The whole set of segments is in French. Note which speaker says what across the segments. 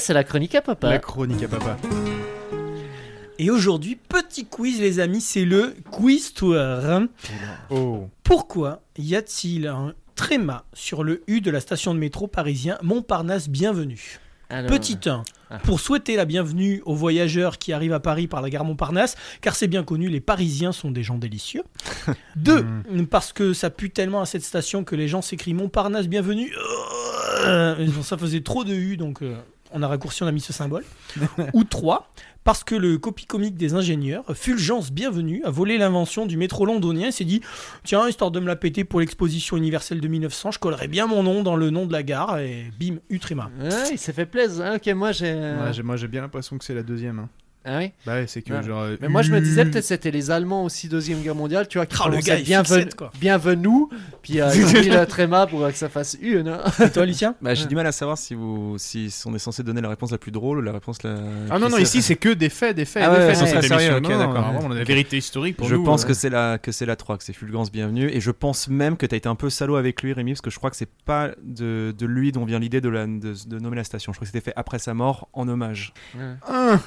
Speaker 1: C'est la chronique à papa.
Speaker 2: La chronique à papa.
Speaker 3: Et aujourd'hui, petit quiz, les amis, c'est le quiz tour.
Speaker 2: Oh.
Speaker 3: Pourquoi y a-t-il un tréma sur le U de la station de métro parisien Montparnasse Bienvenue
Speaker 1: Alors,
Speaker 3: Petit 1.
Speaker 1: Ah.
Speaker 3: hein, Pour souhaiter la bienvenue aux voyageurs qui arrivent à Paris par la gare Montparnasse, car c'est bien connu, les Parisiens sont des gens délicieux. 2. Parce que ça pue tellement à cette station que les gens s'écrient Montparnasse Bienvenue. Euh, Ça faisait trop de U, donc euh, on a raccourci, on a mis ce symbole. Ou 3. Parce que le copie comique des ingénieurs, Fulgence Bienvenue, a volé l'invention du métro londonien et s'est dit Tiens, histoire de me la péter pour l'exposition universelle de 1900, je collerai bien mon nom dans le nom de la gare et bim, Utrema.
Speaker 1: euh, Ouais, il s'est fait plaisir. Ah, ok, moi j'ai. euh,
Speaker 2: Ouais, j'ai- moi j'ai bien l'impression que c'est la deuxième. hein.
Speaker 1: ah oui.
Speaker 2: Bah ouais, c'est que
Speaker 1: Ouais.
Speaker 2: genre. euh,
Speaker 1: Mais moi je me
Speaker 2: Hum.
Speaker 1: disais peut-être c'était les Allemands aussi Deuxième Guerre mondiale, tu vois, qui
Speaker 3: Ah, le
Speaker 1: commençaient
Speaker 3: gars, il
Speaker 1: bienven-
Speaker 3: fixette, quoi.
Speaker 1: bienvenue, puis euh, ils ont mis le tréma pour euh, que ça fasse une. hein.
Speaker 3: Et toi, Lucien
Speaker 4: Bah, j'ai du mal à savoir si vous, si on est censé donner la réponse la plus drôle ou la réponse la.
Speaker 2: Ah non, non, ici c'est que des faits, des faits.
Speaker 4: Ah
Speaker 2: des
Speaker 4: ouais,
Speaker 2: faits.
Speaker 4: sur cette
Speaker 2: Ah, sérieux,
Speaker 4: émission,
Speaker 2: non,
Speaker 4: ok,
Speaker 2: non,
Speaker 4: d'accord.
Speaker 2: vraiment, on a la vérité historique pour
Speaker 4: je
Speaker 2: nous.
Speaker 4: pense
Speaker 2: ouais.
Speaker 4: que c'est la que c'est la 3, que c'est Fulgence bienvenue et je pense même que t'as été un peu salaud avec lui Rémi parce que je crois que c'est pas de, de lui dont vient l'idée de, la- de, de nommer la station. Je crois que c'était fait après sa mort en hommage.
Speaker 2: Ah,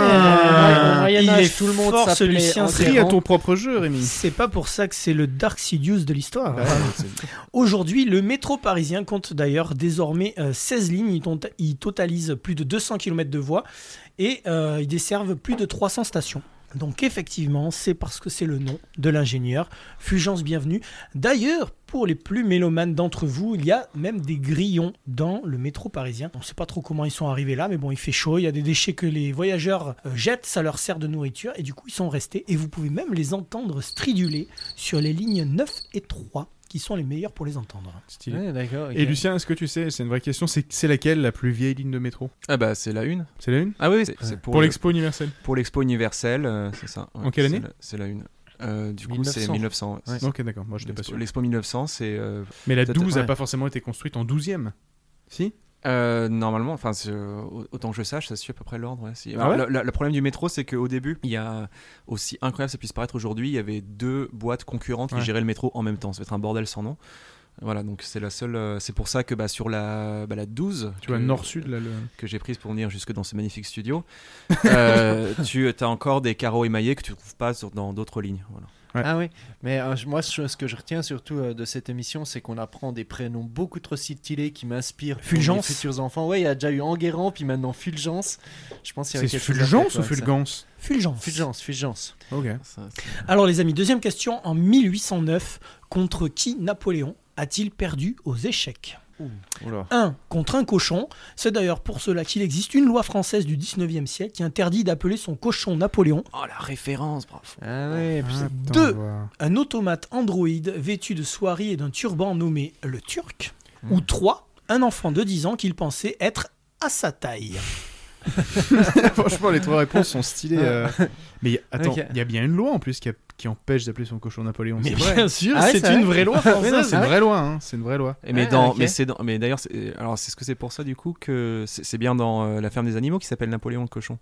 Speaker 1: Au
Speaker 2: ah.
Speaker 1: Moyen
Speaker 3: il
Speaker 1: Âge,
Speaker 3: est
Speaker 1: tout le monde
Speaker 3: fort,
Speaker 1: s'appelait
Speaker 3: celui-ci, un
Speaker 1: Enguerrand.
Speaker 2: Crie à ton propre jeu, Rémi.
Speaker 3: C'est pas pour ça que c'est le Dark Sidious de l'histoire. hein.
Speaker 2: Bah,
Speaker 3: Aujourd'hui, le métro parisien compte d'ailleurs désormais euh, 16 lignes. Il, tonta- il totalise plus de 200 km de voies et euh, ils desservent plus de 300 stations. Donc effectivement, c'est parce que c'est le nom de l'ingénieur. Fulgence bienvenue. D'ailleurs, pour les plus mélomanes d'entre vous, il y a même des grillons dans le métro parisien. On ne sait pas trop comment ils sont arrivés là, mais bon, il fait chaud, il y a des déchets que les voyageurs euh, jettent, ça leur sert de nourriture, et du coup, ils sont restés. Et vous pouvez même les entendre striduler sur les lignes 9 et 3, qui sont les meilleures pour les entendre.
Speaker 2: stylé.
Speaker 1: Ouais, d'accord. ok.
Speaker 2: Et Lucien, est-ce que tu sais, c'est une vraie question, c'est c'est laquelle la plus vieille ligne de métro
Speaker 4: Ah bah c'est la une.
Speaker 2: C'est la une
Speaker 4: Ah oui, c'est c'est pour,
Speaker 2: Pour
Speaker 4: le-
Speaker 2: l'expo universelle.
Speaker 4: pour l'expo universelle, euh, c'est ça.
Speaker 2: En quelle
Speaker 4: c'est
Speaker 2: année
Speaker 4: la- C'est la une. Euh, du coup,
Speaker 1: 1900.
Speaker 4: c'est 1900. ouais, c'est ça.
Speaker 2: Ok, d'accord, moi j'étais pas
Speaker 4: L'expo
Speaker 2: sûr.
Speaker 4: l'expo 1900, c'est euh,
Speaker 2: Mais la
Speaker 4: Peut-être-
Speaker 2: 12 a
Speaker 4: ouais.
Speaker 2: pas forcément été construite en 12e. Si
Speaker 4: Euh, normalement, enfin, c'est, euh, au- autant que je sache, ça suit à peu près l'ordre. ouais, si.
Speaker 2: Ah ouais
Speaker 4: le, le- le problème du métro, c'est qu'au début, il y a aussi incroyable ça puisse paraître aujourd'hui, il y avait deux boîtes concurrentes
Speaker 2: Ouais.
Speaker 4: qui géraient le métro en même temps. Ça va être un bordel sans nom. Voilà, donc c'est la seule. euh, c'est pour ça que bah, sur la, bah, la 12,
Speaker 2: Tu vois,
Speaker 4: que-
Speaker 2: nord-sud, là, le.
Speaker 4: que j'ai prise pour venir jusque dans ce magnifique studio, euh, tu as encore des carreaux émaillés que tu trouves pas sur- dans d'autres lignes. Voilà.
Speaker 1: Ah oui, mais euh, je- moi ce ce que je retiens surtout euh, de cette émission, c'est qu'on apprend des prénoms beaucoup trop stylés qui m'inspirent pour
Speaker 3: Fulgence.
Speaker 1: les futurs enfants. Ouais, il y a déjà eu Enguerrand, puis maintenant Fulgence. Je pense qu'il y a
Speaker 2: C'est
Speaker 1: quelque chose à
Speaker 2: Fulgence
Speaker 1: faire,
Speaker 2: ou
Speaker 1: ouais, ça.
Speaker 2: Fulgence
Speaker 3: Fulgence.
Speaker 1: Fulgence, Fulgence.
Speaker 2: Ok.
Speaker 4: Ça, c'est-
Speaker 3: Alors les amis, deuxième question. En 1809, contre qui Napoléon a-t-il perdu aux échecs
Speaker 2: Oula.
Speaker 3: 1 contre un cochon. C'est d'ailleurs pour cela qu'il existe une loi française du 19e siècle qui interdit d'appeler son cochon Napoléon.
Speaker 4: Oh la référence, bravo.
Speaker 1: Ah ouais, puis-
Speaker 3: Deux. Un automate androïde vêtu de soierie et d'un turban nommé le Turc.
Speaker 2: Hmm.
Speaker 3: Ou 3 un enfant de 10 ans qu'il pensait être à sa taille. Euh,
Speaker 2: Franchement, les trois réponses sont stylées. euh. Mais y a- attends, il
Speaker 1: Ok.
Speaker 2: y a bien une loi en plus qui, a- qui empêche d'appeler son cochon Napoléon.
Speaker 3: Mais
Speaker 2: c'est
Speaker 3: bien sûr,
Speaker 1: Ah ouais,
Speaker 3: c'est
Speaker 1: c'est
Speaker 3: une
Speaker 1: vrai
Speaker 3: vraie loi
Speaker 2: Mais non,
Speaker 3: française.
Speaker 2: c'est une vraie loi, hein, c'est une vraie loi.
Speaker 4: Et mais
Speaker 1: Ah,
Speaker 4: dans,
Speaker 1: ok.
Speaker 4: mais c'est dans, mais d'ailleurs, c'est- alors c'est ce que c'est pour ça du coup que c'est c'est bien dans euh, la ferme des animaux qui s'appelle Napoléon le cochon.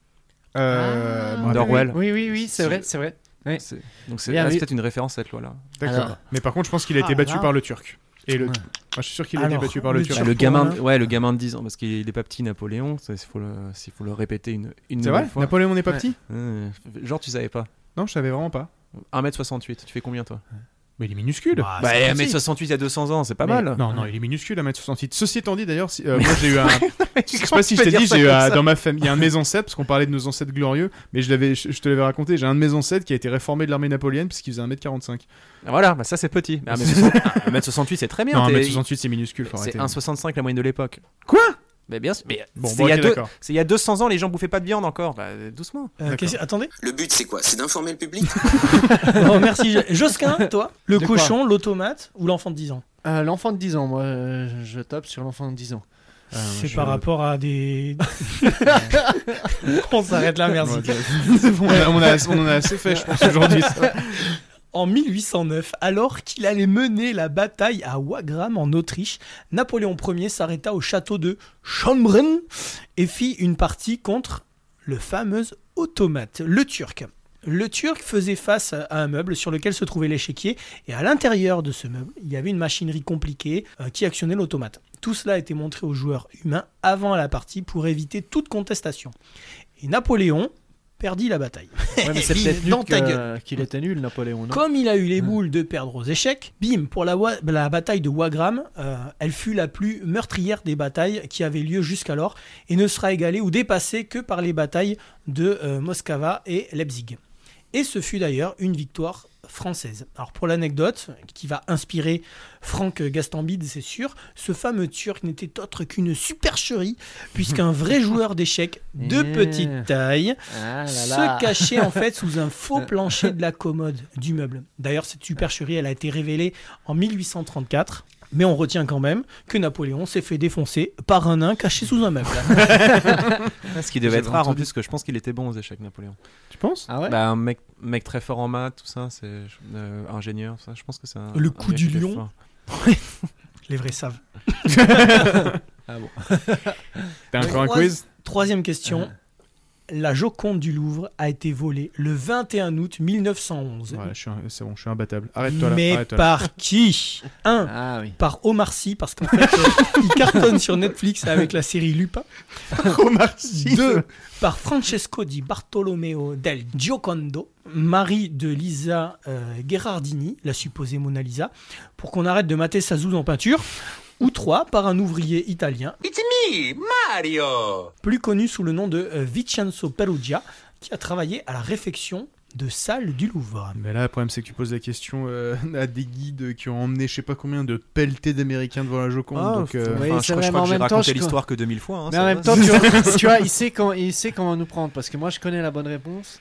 Speaker 2: Euh,
Speaker 1: Ah.
Speaker 2: bon,
Speaker 4: D'Orwell.
Speaker 1: Oui, oui, oui, c'est
Speaker 4: C'est-
Speaker 1: vrai, c'est vrai. Ouais.
Speaker 4: C'est- Donc c'est
Speaker 2: ah,
Speaker 1: Bien
Speaker 4: là, c'est
Speaker 1: vu.
Speaker 4: peut-être une référence à cette loi-là.
Speaker 2: D'accord.
Speaker 1: Alors-
Speaker 2: Mais par contre, je pense qu'il a été
Speaker 3: Ah,
Speaker 2: battu
Speaker 3: là.
Speaker 2: par le Turc. Et le...
Speaker 1: Ouais.
Speaker 2: Moi, je suis sûr qu'il a été
Speaker 3: Alors,
Speaker 2: battu par le
Speaker 3: le
Speaker 2: Turc.
Speaker 3: Turc.
Speaker 4: le
Speaker 3: pour gamin
Speaker 4: gamin,
Speaker 3: un de-
Speaker 4: ouais, le gamin de 10 ans parce qu'il n'est pas petit Napoléon. Il faut le, s'il faut le répéter une, une
Speaker 2: C'est vrai
Speaker 4: nouvelle fois.
Speaker 2: Napoléon n'est pas
Speaker 1: Ouais.
Speaker 2: petit
Speaker 4: Euh, genre tu savais pas.
Speaker 2: Non, je savais vraiment pas.
Speaker 4: 1m68, tu fais combien toi
Speaker 2: Mais il est minuscule. eh,
Speaker 3: Bah,
Speaker 4: Bah
Speaker 3: c'est petit.
Speaker 4: 1m68 il y a 200 ans, c'est pas
Speaker 2: Mais-
Speaker 4: mal.
Speaker 2: Non, non, il est minuscule à mètre 68. Ceci étant dit, d'ailleurs, si- euh, moi j'ai eu un. Je sais pas si je
Speaker 4: peut
Speaker 2: t'ai
Speaker 4: dire
Speaker 2: dit,
Speaker 4: ça
Speaker 2: j'ai eu
Speaker 4: comme
Speaker 2: un-
Speaker 4: ça
Speaker 2: dans ma famille, il y a un de mes ancêtres, parce qu'on parlait de nos ancêtres glorieux, mais je, l'avais, je, je te l'avais raconté, j'ai un de mes ancêtres qui a été réformé de l'armée napoléonienne puisqu'il faisait 1m45.
Speaker 4: Ah, Voilà, bah ça c'est petit. Mais 1m60 1m68 c'est très bien.
Speaker 2: non,
Speaker 4: t'es-
Speaker 2: 1m68 c'est minuscule, faut
Speaker 4: C'est
Speaker 2: arrêter.
Speaker 4: 1,65 la moyenne de l'époque.
Speaker 2: Quoi
Speaker 4: Mais bien sûr. Mais
Speaker 2: Bon,
Speaker 4: c'est
Speaker 2: bon,
Speaker 4: il y a
Speaker 2: ok,
Speaker 4: deux-
Speaker 2: d'accord.
Speaker 4: c'est il y a 200 ans, les gens bouffaient pas de viande encore. Bah, doucement.
Speaker 3: Euh, qu'est-ce- Attendez.
Speaker 5: Le but, c'est quoi C'est d'informer le public
Speaker 3: Bon, merci. Jo- Josquin, toi Le
Speaker 1: De quoi
Speaker 3: cochon, l'automate ou l'enfant de 10 ans
Speaker 1: Euh, l'enfant de 10 ans, moi euh, je tape sur l'enfant de 10 ans.
Speaker 2: Ah, moi,
Speaker 3: C'est
Speaker 2: je-
Speaker 3: par rapport à des. On s'arrête là, merci.
Speaker 2: Ouais, c'est bon, on, a- on a- on en a assez fait, je pense, aujourd'hui. ça.
Speaker 3: En 1809, alors qu'il allait mener la bataille à Wagram en Autriche, Napoléon Ier s'arrêta au château de Schönbrunn et fit une partie contre le fameux automate, le Turc. Le Turc faisait face à un meuble sur lequel se trouvait l'échiquier et à l'intérieur de ce meuble, il y avait une machinerie compliquée euh, qui actionnait l'automate. Tout cela a été montré aux joueurs humains avant la partie pour éviter toute contestation. Et Napoléon perdit la bataille.
Speaker 1: Ouais, mais c'est
Speaker 3: Vive
Speaker 1: peut-être
Speaker 3: dans
Speaker 1: nul
Speaker 3: ta
Speaker 1: que-
Speaker 3: gueule.
Speaker 1: qu'il était nul, Napoléon. non
Speaker 3: Comme il a eu les
Speaker 1: Hmm.
Speaker 3: boules de perdre aux échecs, bim, pour la, wa- la bataille de Wagram, euh, elle fut la plus meurtrière des batailles qui avaient lieu jusqu'alors et ne sera égalée ou dépassée que par les batailles de euh, Moscava et Leipzig. Et ce fut d'ailleurs une victoire française. Alors pour l'anecdote, qui va inspirer Franck Gastambide, c'est sûr, ce fameux Turc n'était autre qu'une supercherie, puisqu'un vrai joueur d'échecs de
Speaker 1: Eh.
Speaker 3: petite taille
Speaker 1: Ah là là.
Speaker 3: se cachait en fait sous un faux plancher de la commode du meuble. D'ailleurs, cette supercherie, elle a été révélée en 1834. Mais on retient quand même que Napoléon s'est fait défoncer par un nain caché sous un meuble.
Speaker 4: Ah, Ce qui devait
Speaker 2: J'avais
Speaker 4: être rare en
Speaker 2: entendu.
Speaker 4: plus, parce que je pense qu'il était bon aux échecs, Napoléon.
Speaker 2: Tu penses
Speaker 1: Ah ouais
Speaker 4: Bah, un mec, mec très fort en maths, tout ça, c'est euh, ingénieur, ça, je pense que c'est un.
Speaker 3: Le
Speaker 4: un
Speaker 3: coup
Speaker 4: mec
Speaker 3: du
Speaker 4: qui était
Speaker 3: lion.
Speaker 4: fort.
Speaker 3: Les vrais savent.
Speaker 2: T'as encore un
Speaker 3: Trois-
Speaker 2: quiz
Speaker 3: Troisième
Speaker 2: Ah.
Speaker 3: question. La Joconde du Louvre a été volée le 21 août 1911.
Speaker 2: Ouais, je suis un- c'est bon, je suis imbattable. Arrête-toi là.
Speaker 3: Mais
Speaker 2: arrête-toi là.
Speaker 3: par qui 1.
Speaker 1: Ah oui.
Speaker 3: Par Omar Sy, parce qu'en fait, euh, il cartonne sur Netflix avec la série Lupin.
Speaker 2: Omar Sy.
Speaker 3: Deux, par Francesco di Bartolomeo del Giocondo, mari de Lisa euh, Gherardini, la supposée Mona Lisa, pour qu'on arrête de mater sa zouze en peinture. Ou trois, par un ouvrier italien,
Speaker 6: It's me, Mario!
Speaker 3: plus connu sous le nom de euh, Vincenzo Perugia, qui a travaillé à la réfection de salle du Louvre.
Speaker 2: Mais là, le problème, c'est que tu poses la question euh, à des guides qui ont emmené je sais pas combien de pelletés d'Américains devant la Joconde.
Speaker 4: Ah,
Speaker 2: donc, euh,
Speaker 4: enfin,
Speaker 1: oui,
Speaker 4: je, crois-
Speaker 1: c'est
Speaker 4: je
Speaker 1: vrai, mais
Speaker 4: crois
Speaker 1: en
Speaker 4: que j'ai
Speaker 1: même temps,
Speaker 4: raconté
Speaker 1: je-
Speaker 4: l'histoire que 2000 fois. hein,
Speaker 1: Mais
Speaker 4: ça
Speaker 1: en
Speaker 4: va.
Speaker 1: même temps, tu vois, tu vois, il sait, quand, il sait comment nous prendre parce que moi je connais la bonne réponse,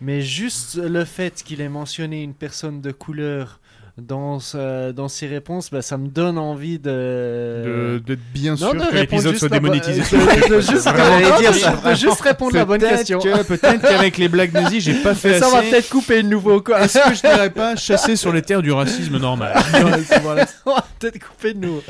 Speaker 1: mais juste le fait qu'il ait mentionné une personne de couleur dans, ce- dans ses réponses, bah, ça me donne envie
Speaker 2: de-
Speaker 1: de.
Speaker 2: d'être bien
Speaker 1: Non,
Speaker 2: sûr
Speaker 1: de
Speaker 2: que
Speaker 1: répondre
Speaker 2: l'épisode
Speaker 1: juste
Speaker 2: soit
Speaker 1: la bo-
Speaker 2: démonétisé.
Speaker 1: euh, de- de juste- j'allais dire ça, de juste répondre la bonne
Speaker 2: Peut-être
Speaker 1: question.
Speaker 2: que- Peut-être qu'avec les blagues nazies, j'ai pas fait
Speaker 1: Mais ça on va
Speaker 2: assez.
Speaker 1: peut-être couper de nouveau quoi.
Speaker 2: Est-ce que je dirais pas chasser sur les terres du racisme normal
Speaker 1: on va peut-être couper de nouveau.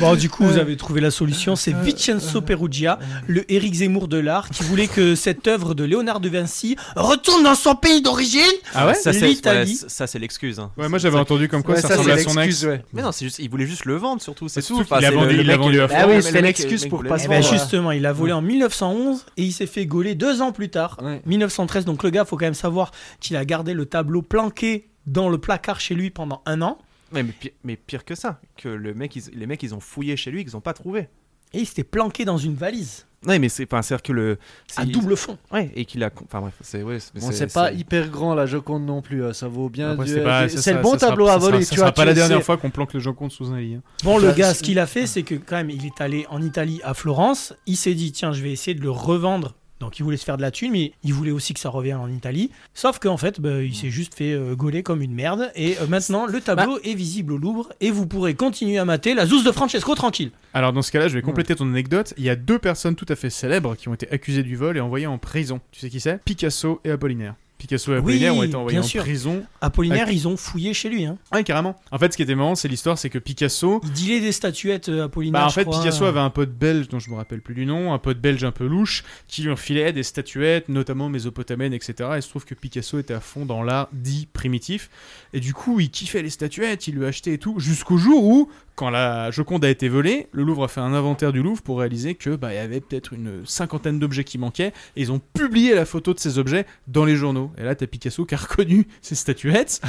Speaker 3: Bon, du coup, vous avez trouvé la solution. C'est Vincenzo Perugia, le Éric Zemmour de l'art, qui voulait que cette œuvre de Léonard de Vinci retourne dans son pays d'origine.
Speaker 2: Ah ouais
Speaker 4: ça, c'est,
Speaker 3: l'Italie.
Speaker 4: ouais, ça, c'est l'excuse. hein.
Speaker 2: Ouais, moi
Speaker 4: C'est-
Speaker 2: j'avais
Speaker 4: ça-
Speaker 2: entendu comme quoi
Speaker 1: Ouais,
Speaker 2: ça,
Speaker 1: ça,
Speaker 2: ressemblait à
Speaker 1: c'est
Speaker 2: son ex.
Speaker 1: l'excuse, ouais.
Speaker 4: Mais non, c'est juste, il voulait juste le vendre surtout, c'est
Speaker 2: C'est
Speaker 4: tout.
Speaker 2: surtout qu'il l'a
Speaker 4: c'est
Speaker 2: vendu-
Speaker 4: le-
Speaker 2: il
Speaker 4: le
Speaker 2: l'a
Speaker 4: mec-
Speaker 2: vendu à
Speaker 4: le
Speaker 1: fond. Ah oui,
Speaker 4: mec-
Speaker 1: c'était
Speaker 4: le mec-
Speaker 1: l'excuse
Speaker 4: le mec
Speaker 1: pour
Speaker 4: voulait
Speaker 1: pas
Speaker 4: le
Speaker 1: se
Speaker 3: Eh
Speaker 4: vendre.
Speaker 3: ben
Speaker 1: Bon, euh,
Speaker 3: justement, il a volé en 1911 et il s'est fait gauler deux ans plus tard.
Speaker 1: Ouais.
Speaker 3: 1913, donc le gars, faut quand même savoir qu'il a gardé le tableau planqué dans le placard chez lui pendant un an
Speaker 4: Mais, mais pire, mais pire que ça, que le mec, ils- les mecs, ils ont fouillé chez lui, ils ont pas trouvé.
Speaker 3: et il s'était planqué dans une valise
Speaker 4: Ouais, mais c'est pas un cercle. le.
Speaker 3: à
Speaker 4: c'est-
Speaker 3: double fond.
Speaker 4: Ouais, et qu'il a. Enfin bref, c'est. Ouais, c'est-
Speaker 1: Bon,
Speaker 4: c'est-
Speaker 1: c'est pas
Speaker 4: c'est-
Speaker 1: hyper grand la Joconde non plus, euh, ça vaut bien.
Speaker 2: Après,
Speaker 1: du-
Speaker 2: c'est pas-
Speaker 1: du-
Speaker 2: ça
Speaker 1: c'est le
Speaker 2: sera-
Speaker 1: bon
Speaker 2: ça sera-
Speaker 1: tableau
Speaker 2: ça
Speaker 1: à
Speaker 2: sera-
Speaker 1: voler,
Speaker 2: Ça
Speaker 1: tu
Speaker 2: sera
Speaker 1: vois.
Speaker 2: pas
Speaker 1: tu
Speaker 2: la
Speaker 1: le
Speaker 2: dernière
Speaker 1: sais.
Speaker 2: fois qu'on planque le Joconde sous un lit. hein.
Speaker 3: Bon, le
Speaker 1: Bah,
Speaker 3: gars,
Speaker 1: c'est-
Speaker 3: ce qu'il a fait, c'est que quand même, il est allé en Italie, à Florence. Il s'est dit, tiens, je vais essayer de le revendre. Donc, il voulait se faire de la thune, mais il voulait aussi que ça revienne en Italie. Sauf qu'en fait, bah, il s'est juste fait euh, gauler comme une merde. Et euh, maintenant, le
Speaker 1: Bah.
Speaker 3: tableau est visible au Louvre et vous pourrez continuer à mater la zouze de Francesco tranquille.
Speaker 2: Alors dans ce cas-là, je vais compléter ton anecdote. Il y a deux personnes tout à fait célèbres qui ont été accusées du vol et envoyées en prison. Tu sais qui c'est Picasso et Apollinaire. Picasso et
Speaker 3: Oui,
Speaker 2: Apollinaire ont été envoyés
Speaker 3: bien
Speaker 2: en
Speaker 3: sûr.
Speaker 2: prison.
Speaker 3: Apollinaire, ils ont fouillé chez lui. Hein.
Speaker 2: Ouais, carrément. En fait, ce qui était marrant, c'est l'histoire, c'est que Picasso.
Speaker 3: Il dilait des statuettes, euh, Apollinaire.
Speaker 2: Bah en
Speaker 3: je
Speaker 2: fait
Speaker 3: crois.
Speaker 2: Picasso avait un pote belge dont je me rappelle plus du nom, un pote belge un peu louche qui lui enfilait des statuettes, notamment mésopotamiennes, etc. Et il se trouve que Picasso était à fond dans l'art dit primitif et du coup il kiffait les statuettes, il lui achetait et tout jusqu'au jour où quand la Joconde a été volée, le Louvre a fait un inventaire du Louvre pour réaliser que bah il y avait peut-être une cinquantaine d'objets qui manquaient et ils ont publié la photo de ces objets dans les journaux. Et là t'as Picasso qui a reconnu ces statuettes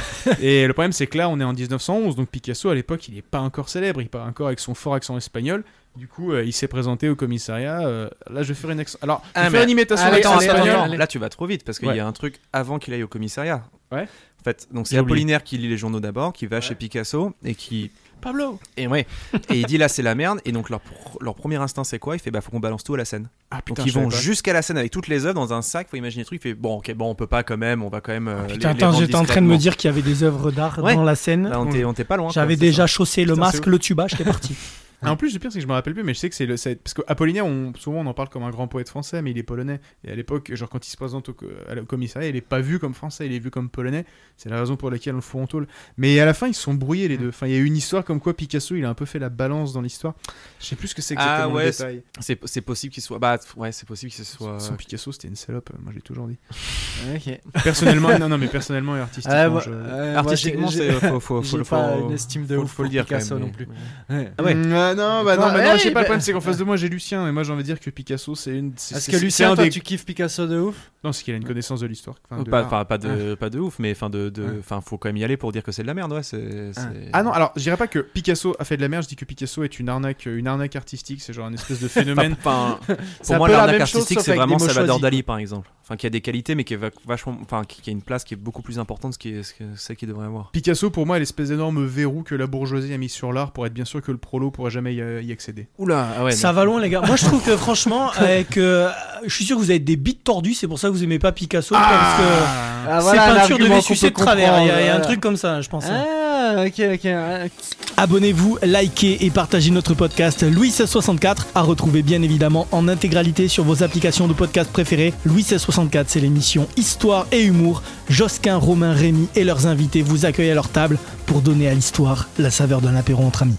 Speaker 2: et le problème, c'est que là, on est en 1911, donc Picasso, à l'époque, il n'est pas encore célèbre, il part encore avec son fort accent espagnol. Du coup, euh, il s'est présenté au commissariat. euh, là, je vais faire une accent. Alors, je
Speaker 4: Ah,
Speaker 2: vais
Speaker 4: mais-
Speaker 2: faire une imitation
Speaker 1: Allez,
Speaker 2: d'accent
Speaker 4: Attends,
Speaker 1: allez,
Speaker 4: attends,
Speaker 2: espagnol.
Speaker 4: attends,
Speaker 1: allez.
Speaker 4: Là, tu vas trop vite parce qu'il
Speaker 2: Ouais.
Speaker 4: y a un truc avant qu'il aille au commissariat.
Speaker 2: Ouais.
Speaker 4: En fait, donc c'est
Speaker 2: J'ai oublié.
Speaker 4: Apollinaire qui lit les journaux d'abord, qui va chez Picasso et qui. Pablo Et ouais. et il dit là, c'est la merde. Et donc, leur, pr- leur premier instinct, c'est quoi Il fait bah, faut qu'on balance tout à la scène.
Speaker 2: Ah putain,
Speaker 4: donc, ils
Speaker 2: je savais
Speaker 4: vont
Speaker 2: pas.
Speaker 4: jusqu'à la scène avec toutes les œuvres dans un sac. Faut imaginer le truc. Il fait bon, ok, bon, on peut pas quand même, on va quand même. euh, les-
Speaker 3: Putain,
Speaker 4: les
Speaker 3: attends,
Speaker 4: vendre
Speaker 3: j'étais en train de me
Speaker 4: discrètement. Bah,
Speaker 3: dire qu'il y avait des œuvres d'art
Speaker 4: Ouais.
Speaker 3: dans la scène.
Speaker 4: Là, on t'est- on t'est pas loin. quoi,
Speaker 3: J'avais
Speaker 4: c'est
Speaker 3: déjà
Speaker 4: ça.
Speaker 3: chaussé le
Speaker 4: Putain, c'est
Speaker 3: masque, le tuba, j'étais parti.
Speaker 2: Ah, en plus, le pire, c'est que je me rappelle plus, mais je sais que c'est le. c'est- Parce qu'Apollinaire, on... souvent, on en parle comme un grand poète français, mais il est polonais. Et à l'époque, genre, quand il se présente au, co- à la- au commissariat, il est pas vu comme français, il est vu comme polonais. C'est la raison pour laquelle on le fout en tôle. Mais à la fin, ils se sont brouillés,
Speaker 1: Mm.
Speaker 2: les deux. Enfin, il y a eu une histoire comme quoi Picasso, il a un peu fait la balance dans l'histoire. Je sais plus ce que c'est exactement
Speaker 4: Ah
Speaker 2: le
Speaker 4: ouais,
Speaker 2: détail.
Speaker 4: C'est c'est possible qu'il soit. Bah ouais, c'est possible qu'il soit.
Speaker 2: Son Picasso, c'était une salope, euh, moi j'ai toujours dit.
Speaker 1: Ok.
Speaker 2: Personnellement, non, non, mais personnellement et artistiquement,
Speaker 1: Ah, moi-
Speaker 2: je-
Speaker 1: euh, moi, j'ai-
Speaker 4: Artistiquement,
Speaker 1: j'ai-
Speaker 4: c'est faut, faut, faut,
Speaker 1: J'ai
Speaker 4: le-
Speaker 1: pas
Speaker 4: faut-
Speaker 1: une estime de
Speaker 4: faut-
Speaker 1: ouf
Speaker 4: faut
Speaker 1: pour
Speaker 4: le dire quand
Speaker 1: Picasso
Speaker 4: même,
Speaker 1: non
Speaker 4: mais-
Speaker 1: plus.
Speaker 4: Ah ouais.
Speaker 2: Mm, ouais, non, bah
Speaker 1: Toi,
Speaker 2: non, bah non,
Speaker 1: eh,
Speaker 2: je sais pas, le
Speaker 1: bah-
Speaker 2: problème c'est qu'en face de moi j'ai Lucien, et moi j'ai envie de dire que Picasso c'est une. c'est-
Speaker 1: Parce
Speaker 2: c'est-
Speaker 1: que
Speaker 2: c'est-
Speaker 1: Lucien,
Speaker 2: c'est un
Speaker 1: toi,
Speaker 2: des-
Speaker 1: tu kiffes Picasso de ouf
Speaker 2: Non, c'est qu'il a une connaissance de l'histoire. enfin, de
Speaker 4: pas,
Speaker 2: l'art.
Speaker 4: enfin, pas de,
Speaker 1: Ah.
Speaker 4: pas de ouf, mais enfin, de, de,
Speaker 2: Ouais.
Speaker 4: enfin, faut quand même y aller pour dire que c'est de la merde, ouais. c'est- c'est-
Speaker 2: Ah non, alors je dirais pas que Picasso a fait de la merde, je dis que Picasso est une arnaque, euh, une arnaque artistique, c'est genre une espèce de
Speaker 4: Enfin,
Speaker 2: phénomène.
Speaker 4: enfin,
Speaker 1: C'est
Speaker 4: pour
Speaker 1: un
Speaker 4: moi,
Speaker 1: peu la
Speaker 4: l'arnaque
Speaker 1: même chose,
Speaker 4: artistique,
Speaker 1: sauf
Speaker 4: c'est
Speaker 1: avec
Speaker 4: vraiment
Speaker 1: des mots
Speaker 4: Salvador
Speaker 1: choisis,
Speaker 4: Dali, par exemple. Enfin, qui a des qualités, mais qui, est va- vachement, enfin, qui, qui a une place qui est beaucoup plus importante que ce qui est- ce que celle qu'il devrait avoir.
Speaker 2: Picasso pour moi est l'espèce d'énorme verrou que la bourgeoisie a mis sur l'art pour être bien sûr que le prolo pourra jamais y, euh, y accéder.
Speaker 4: Oula, ah ouais.
Speaker 3: Ça va loin, les gars. Moi, je trouve que franchement, avec, euh, je suis sûr que vous avez des bites tordues, c'est pour ça que vous aimez pas Picasso. parce
Speaker 2: Ah.
Speaker 1: Ah, voilà un
Speaker 3: que ses peintures
Speaker 1: argument
Speaker 3: devaient
Speaker 1: qu'on
Speaker 3: sucer de
Speaker 1: peut
Speaker 3: travers. Il y, a- il y a un
Speaker 1: comprendre,
Speaker 3: truc comme ça, je pense.
Speaker 1: voilà. Ah, ok, ok. ah,
Speaker 3: Abonnez-vous, likez et partagez notre podcast Louis 1664 à retrouver bien évidemment en intégralité sur vos applications de podcast préférées. Louis 1664, c'est l'émission Histoire et Humour. Josquin, Romain, Rémy et leurs invités vous accueillent à leur table pour donner à l'histoire la saveur d'un apéro entre amis.